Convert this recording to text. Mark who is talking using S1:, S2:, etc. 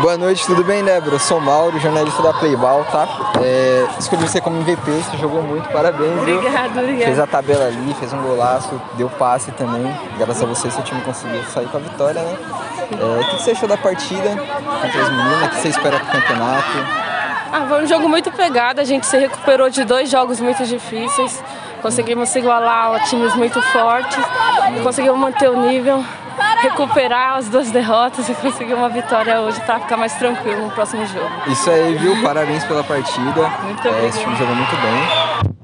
S1: Boa noite, tudo bem, Débora? Eu sou o Mauro, jornalista da Playball, tá? É, escolhi você como MVP, você jogou muito, parabéns, viu?
S2: Obrigado,
S1: Fez
S2: obrigado.
S1: a tabela ali, fez um golaço, deu passe também. Graças a você, seu time conseguiu sair com a vitória, né? É, o que que você achou da partida contra as meninas? O que você espera pro campeonato?
S2: Ah, foi um jogo muito pegado, a gente se recuperou de dois jogos muito difíceis. Conseguimos se igualar a times muito fortes, conseguimos manter o nível, recuperar as duas derrotas e conseguir uma vitória hoje, tá? Ficar mais tranquilo no próximo jogo.
S1: Isso aí, viu? Parabéns pela partida.
S2: Muito
S1: é, esse time jogou muito bem.